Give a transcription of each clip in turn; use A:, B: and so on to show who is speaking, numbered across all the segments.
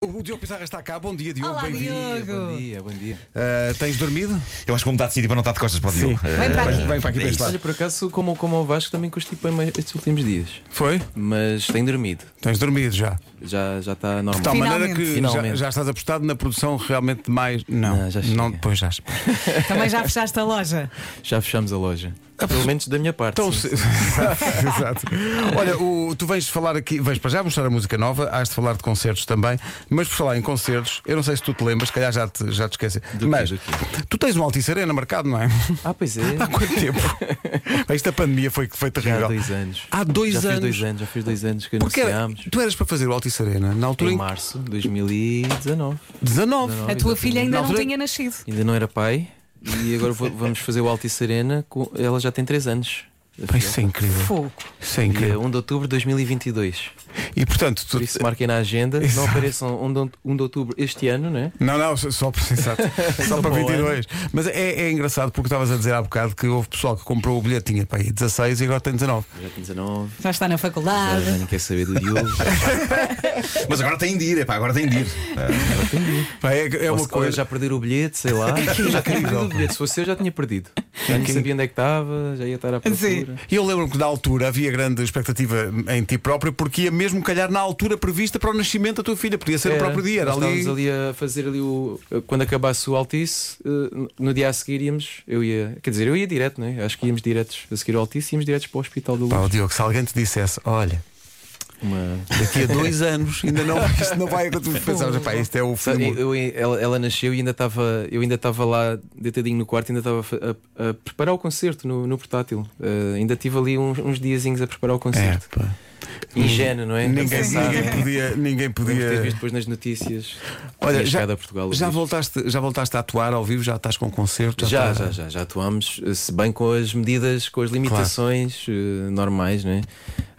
A: O Diogo Pizarra está cá. Bom dia, Diogo.
B: Olá,
A: Bem-vindo.
B: Diogo.
A: Bom dia, bom dia. Ah, tens dormido?
C: Eu acho que vou mudar de sítio para não estar de costas para o Diogo. É.
B: Vem para aqui.
A: Vem para aqui para este
D: Olha,
A: lado.
D: por acaso, como, como ao Vasco, também constipei mais estes últimos dias.
A: Foi?
D: Mas tenho dormido.
A: Tens dormido já.
D: Já, já está
A: De
D: normal.
A: tal
B: Finalmente.
A: maneira que já,
D: Finalmente.
A: já estás apostado na produção realmente mais. Não,
D: Não, já chega.
A: não depois já.
B: Também já fechaste a loja.
D: Já fechamos a loja. Pelo menos da minha parte.
A: Ah, Então,
D: sim.
A: se- exato, exato. Olha, o- tu vens falar aqui, vais para já mostrar a música nova, has de falar de concertos também, mas por falar em concertos, eu não sei se tu te lembras, se calhar já te, já te esqueci.
D: quê,
A: mas
D: do quê?
A: tu tens um Altice Arena marcado, não é?
D: Ah, pois é.
A: Há quanto tempo? Bem, Esta pandemia foi, foi
D: Já
A: terrível.
D: há dois anos.
A: Há dois
D: já
A: anos.
D: Fiz dois anos. Já fiz dois anos que
A: Porque era-
D: anunciámos.
A: tu eras para fazer o Altice Arena na altura
D: Em
A: em
D: março de 2019.
A: 19.
D: Não,
B: A tua
D: exatamente.
B: filha ainda
A: Na
B: não
A: altura-
B: tinha nascido.
D: Ainda não era pai. E agora vou- vamos fazer o Altice Arena. com- Ela já tem três anos.
A: Pá, Isso é incrível.
B: Fogo.
A: Isso é
D: Dia
A: incrível.
D: 1 de outubro de 2022.
A: E portanto, tu-
D: Por isso marquem na agenda. Não apareçam 1 de, 1 de outubro este ano, né?
A: Não, não, só só por exato. só
D: Só
A: para
D: para o
A: 22. Mas é, é engraçado porque estavas a dizer há bocado que houve pessoal que comprou o bilhete, tinha para aí 16 e agora tem 19.
D: Já tem 19.
B: Já está na
D: Já, já
B: faculdade.
D: não quer saber do Diogo.
C: Mas agora tem de ir, epá, agora tem de ir.
A: É Pá, é é
D: Ou
A: uma
D: se- ou eu
A: coisa.
D: já perder o bilhete, sei lá. já tinha perdido o bilhete. Se fosse eu, já tinha perdido. Já nem sabia onde é que estava, já ia estar à procura.
B: Sim.
A: E eu lembro-me que na altura havia grande expectativa em ti próprio, porque ia mesmo calhar na altura prevista para o nascimento da tua filha. Podia ser o
D: Era,
A: próprio dia, era
D: nós
A: ali.
D: Estávamos ali a fazer ali o. eh, Quando acabasse o Altice, eh, no dia a seguir íamos. Eu ia. Quer dizer, eu ia direto, não é? Acho que íamos diretos a seguir ao Altice, íamos diretos para o Hospital do
A: Pá,
D: Luz.
A: o Diogo, se alguém te dissesse, olha,
D: Uma-
A: daqui a dois anos ainda não, isto não vai acontecer. Pensavas, pá, isto é o
D: Sabe,
A: filme.
D: eu- eu- ela, ela nasceu e ainda estava eu ainda estava lá deitadinho no quarto ainda estava a fa- a, a preparar o concerto no, no portátil Eh, ainda tive ali uns, uns diazinhos a preparar o
A: É,
D: concerto
A: pá.
D: ingênuo não é A
A: Ninguém,
D: pensar,
A: ninguém podia. Ninguém
D: Podemos ter
A: podia...
D: visto depois nas notícias.
A: Olha,
D: Tinha
A: já,
D: chegado a Portugal.
A: já,
D: ouvir.
A: voltaste, já voltaste a atuar ao vivo? Já estás com concerto?
D: já,
A: estás-
D: já, já, já atuámos, se bem com as medidas, com as limitações eh, normais, não é?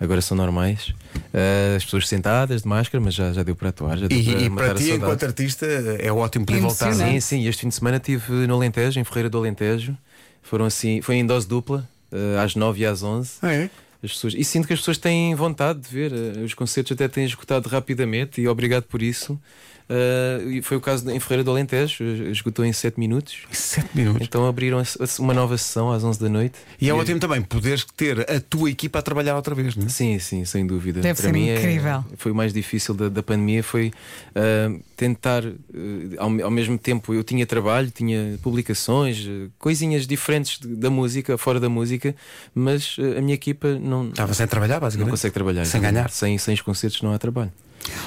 D: Agora são normais. Eh, as pessoas sentadas de máscara, mas já, já deu para atuar. Já deu para
A: E, e
D: matar
A: para
D: a
A: ti,
D: saudade.
A: enquanto artista, é ótimo poder
B: É
A: voltar.
B: emocionante.
D: Sim, sim, este fim de semana estive no Alentejo, em Ferreira do Alentejo. Foram assim, foi em dose dupla, eh, às 9 e às 11.
A: É.
D: As pessoas, e sinto que as pessoas têm vontade de ver. eh, Os concertos até têm esgotado rapidamente e obrigado por isso. Eh, e foi o caso de- em Ferreira do Alentejo, eh, esgotou em 7 minutos.
A: Sete minutos.
D: Então abriram a se- a se- uma nova sessão às 11 da noite.
A: E é ótimo também poderes ter a tua equipa a trabalhar outra vez, não é?
D: Sim, sim, sem dúvida.
B: Deve
D: Para
B: ser
D: mim é-
B: incrível.
D: foi o mais difícil da, da pandemia foi ah, tentar eh, ao, me- ao mesmo tempo eu tinha trabalho, tinha publicações, eh, coisinhas diferentes de- da música, fora da música, mas eh, a minha equipa não
A: Estava sem é trabalhar,
D: não
A: basicamente.
D: consegue trabalhar.
A: Tá, Sem
D: então.
A: ganhar.
D: Sem, sem os concertos não há trabalho.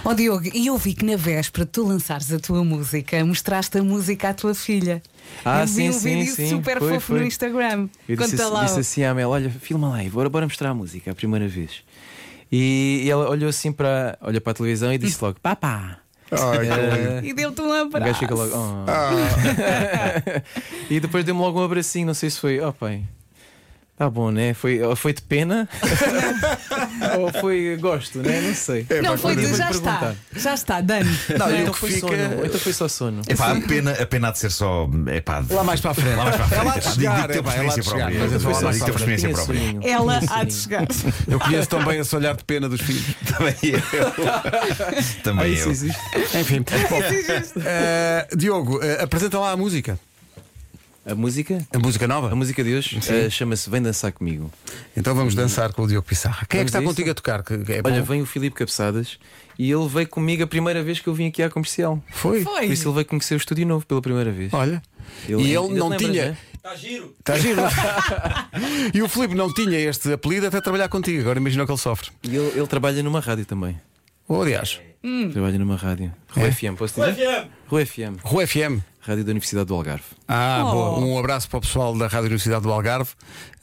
B: Ó Diogo, e eu vi que na véspera de tu lançares a tua música, mostraste a música à tua filha.
D: Ah,
B: eu vi
D: sim,
B: um
D: sim,
B: vídeo
D: sim,
B: super
D: foi,
B: fofo no
D: foi.
B: Instagram.
D: Eu disse,
B: Conta
D: assim-
B: lá.
D: disse assim à Mel: Olha, filma lá, e bora, bora mostrar a música a primeira vez. E, e ela olhou assim para, olha para a televisão e disse logo: Papá!
A: Ai, que lindo.
D: Eh,
B: E deu-te um
D: O gajo
B: abraço.
D: fica logo. "Oh."
A: Ah.
D: e depois deu-me logo um abracinho, não sei se foi. Oh, pai. Tá bom, né? Foi, ou foi de pena? ou foi gosto, né? Não sei.
B: Não, foi
D: Depois
B: de já
D: perguntar.
B: está. Já está, dano.
A: Não, eu
D: então,
A: É que
D: foi
A: fica-
D: sono, então foi só sono.
C: Epá, a pena, a pena há de ser só. Epá, de-
A: Lá mais para a frente.
C: Lá mais para a frente.
A: É lá de
C: Epá,
A: chegar,
C: digo- digo-te
A: epá, é lá de
C: a
A: chegar,
C: própria.
A: mas é só lá mais
C: Digo-te
A: à
C: a experiência
D: Tinha
C: própria.
D: soninho,
B: Ela
D: tinha
B: há de
D: soninho.
B: chegar.
A: Eu conheço tão bem esse olhar de pena dos filhos.
C: Também eu.
D: Ah,
C: Também
D: isso
C: eu.
D: existe.
A: Enfim. Bom, eh, Diogo, eh, apresenta lá a música.
D: A música?
A: A música
D: A
A: nova?
D: música de hoje eh, chama-se Vem Dançar Comigo.
A: Então vamos dançar com o Diogo Pissarra. Quem é que
D: Vamos
A: está
D: a isso?
A: contigo a tocar? Que- que é
D: Olha,
A: bom?
D: vem o Filipe Capsadas e ele veio comigo a primeira vez que eu vim aqui à comercial.
A: Foi.
B: Foi.
D: Por isso ele veio conhecer o estúdio novo pela primeira vez.
A: Olha.
D: Ele-
A: e
D: ele
A: ele não
D: lembra,
A: tinha.
D: né?
A: Está giro. e o Filipe não tinha este apelido até trabalhar contigo. Agora imagina o que ele sofre.
D: E ele, ele trabalha numa rádio também.
A: Ou, aliás,
D: Trabalha numa rádio.
A: É?
D: Rua FM, posso dizer? Rua FM.
A: Rua FM.
D: Rádio da Universidade do Algarve.
A: Ah,
B: Oh.
A: boa. Um abraço para o pessoal da Rádio Universidade do Algarve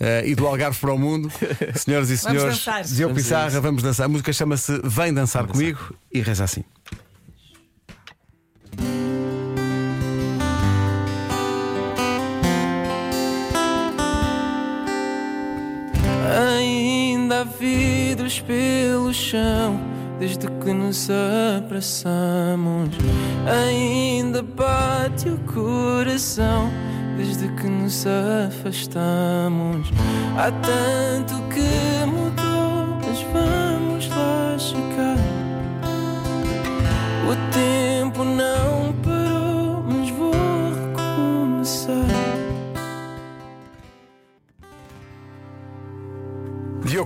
A: eh, e do Algarve para o mundo. Senhoras e senhores,
B: dançar.
A: Diogo
D: Vamos a
A: Pissarra,
D: isso.
A: vamos dançar. A música chama-se Vem Dançar Comigo e reza assim.
D: Ainda há vidros pelo chão Desde que nos abraçamos Ainda bate o coração Desde que nos afastamos Há tanto que mudou Mas vamos lá chegar O tempo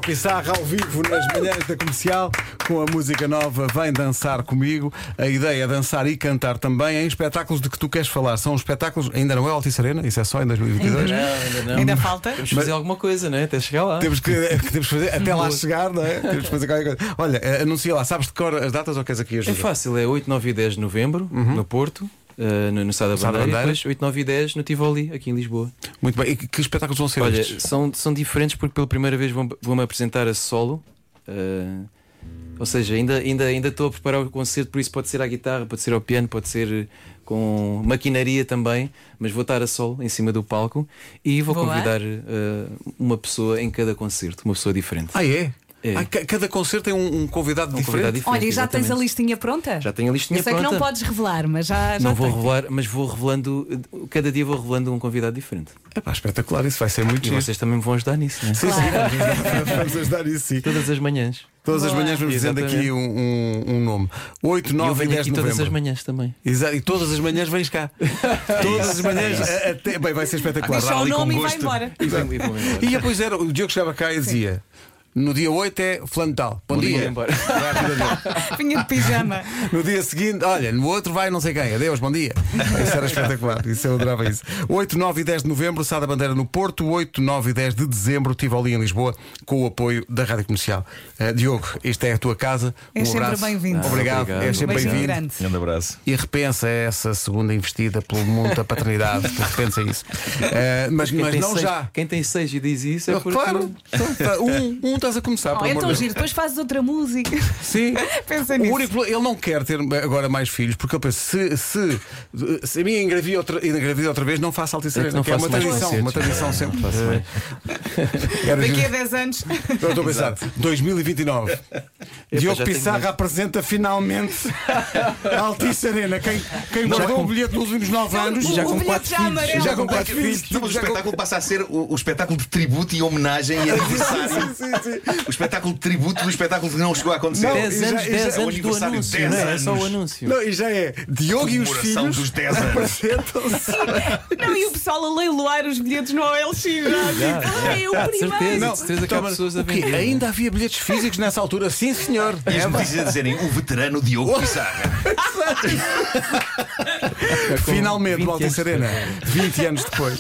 A: Pissarra ao vivo nas manhãs da comercial com a música nova Vem Dançar Comigo. A ideia é dançar e cantar também em espetáculos de que tu queres falar. São espetáculos, ainda não é Altice Arena, isso é só em 2022.
D: ainda não.
B: Ainda falta?
D: Temos que fazer alguma coisa, né? Até chegar lá.
A: Temos que, eh, que temos que fazer até lá chegar, não é? Temos que fazer qualquer coisa. Olha, eh, anuncia lá, sabes de cor as datas ou queres aqui
D: É
A: ajuda?
D: fácil, é 8, 9 e 10 de novembro, no Porto, eh, no, no Sá da
A: Sá da
D: Bandeira, e
A: Bandeira.
D: depois 8, 9 e 10 no Tivoli, aqui em Lisboa.
A: Muito bem, e que, que espetáculos vão ser
D: Olha,
A: estes?
D: são, são diferentes porque pela primeira vez vão- vou-me apresentar a solo. eh, ou seja, ainda ainda ainda estou a preparar o concerto, por isso pode ser à guitarra, pode ser ao piano, pode ser com maquinaria também, mas vou estar a solo em cima do palco e vou
B: Boa.
D: convidar eh, uma pessoa em cada concerto, uma pessoa diferente.
A: Ah, é?
D: É.
A: Ah, ca- cada concerto tem um, um convidado
D: Um
A: diferente.
D: convidado diferente,
B: Olha, e já tens a
D: exatamente.
B: listinha pronta?
D: Já tenho a listinha
B: Eu sei que não
D: pronta.
B: podes revelar, mas já. já
D: Não vou
B: tem.
D: revelar, mas vou revelando, cada dia vou revelando um convidado diferente.
A: Epá, espetacular, isso vai ser muito
D: E
A: giro.
D: vocês também me vão ajudar nisso, né?
A: Sim, sim, vamos ajudar isso, sim.
D: Todas as manhãs.
A: Todas as
B: Boa.
A: manhãs vamos dizendo
D: Exatamente.
A: aqui um, um- um nome. 8,
D: E eu
A: 9 e
D: venho
A: 10 de
D: aqui todas as
A: novembro.
D: manhãs É também.
A: Exato, e todas as manhãs vens cá. todas as manhãs.
D: É
A: a- até, bem, vai ser espetacular.
B: Diz só o
C: ali com
B: nome e vai
C: gosto.
B: embora.
D: E vou- e vou embora.
A: E depois era, o Diogo chegava cá e dizia: no dia 8 é fulano tal. Bom,
D: dia.
A: dia.
D: Embora.
B: Vinha de pijama.
D: É
A: No dia seguinte, olha, no outro vai não sei quem. Adeus, bom dia. Isso era espetacular. Isso eu adorava isso. 8, 9 e 10 de novembro, Sada Bandeira no Porto. 8, 9 e 10 de dezembro, Tivoli em Lisboa, com o apoio da Rádio Comercial. Eh, Diogo, esta é a tua casa.
B: É
A: um
B: sempre
A: abraço.
B: bem-vindo.
A: Obrigado.
D: Obrigado.
A: É
B: Um
A: sempre
B: beijinho
A: bem-vindo.
B: grande.
C: Grande abraço.
A: E repensa essa segunda investida pelo mundo da paternidade. repensa isso. Eh, mas
D: Quem
A: mas
D: tem
A: não
D: seis-
A: já.
D: Quem tem seis e diz isso é porque.
A: Claro, Então, tá, um, um estás a começar,
B: Oh,
A: pelo
B: é
A: amor
B: tão
A: de Deus.
B: giro, depois fazes outra música.
A: Sim.
B: Pensa
A: O
B: nisso.
A: único, ele não quer ter agora mais filhos, porque eu penso, se, se, se a minha engravida outra, engravida outra vez, não faço Altice
D: É que
A: Arena,
D: não
A: que é
D: faço
A: uma
D: mais
A: tradição, uma
D: concertos.
A: tradição sempre.
D: faço mais.
A: Eh, era
B: Daqui a
A: giro.
B: 10 anos.
A: Eu estou a pensar, 2029.
D: já
A: Diogo
D: tenho
A: Pissarra
D: medo.
A: apresenta finalmente a Altice Arena. Quem, quem guardou o bilhete nos últimos 9 anos.
B: o bilhete já é amarelo.
A: Já com 4 filhos.
C: Não, mas o
A: já
D: Um
A: com-
C: espetáculo passa a ser o, o espetáculo de tributo e homenagem e aniversário. O espetáculo de tributo do espetáculo que não chegou a acontecer.
A: Não,
D: Dez
A: e já-
D: anos,
A: e já-
D: dez
A: é o
D: anos do
C: aniversário,
D: anúncio.
C: dez
D: não é? É só o
C: anos.
D: anúncio.
A: Não, e já é Diogo e os
C: Comemoração
A: filhos
C: dos 10 anos.
A: apresentam-se.
B: Não, e o pessoal a leiloar os bilhetes no OLX. Já, tipo, ah, é o
D: Ah, de
B: primeiro.
D: certeza,
A: Não,
D: de certeza que há
A: toma-
D: pessoas a
A: o quê?
D: vender.
A: Ainda havia bilhetes físicos nessa altura? Sim, senhor.
C: E as
A: É,
C: notícias a dizerem o veterano Diogo Pissarra.
A: Finalmente,
D: 20
A: Malta
D: anos
A: Serena, 20 anos depois.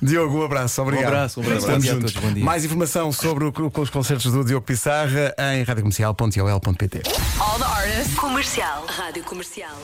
A: Diogo, um abraço, obrigado.
D: Um abraço, um abraço.
A: Estamos
D: Bom dia a
A: juntos.
D: todos, bom dia.
A: Mais informação sobre o- com os concertos do Diogo Pissarra em radiocomercial.ol.pt.
E: All the artists. Comercial. Rádio Comercial.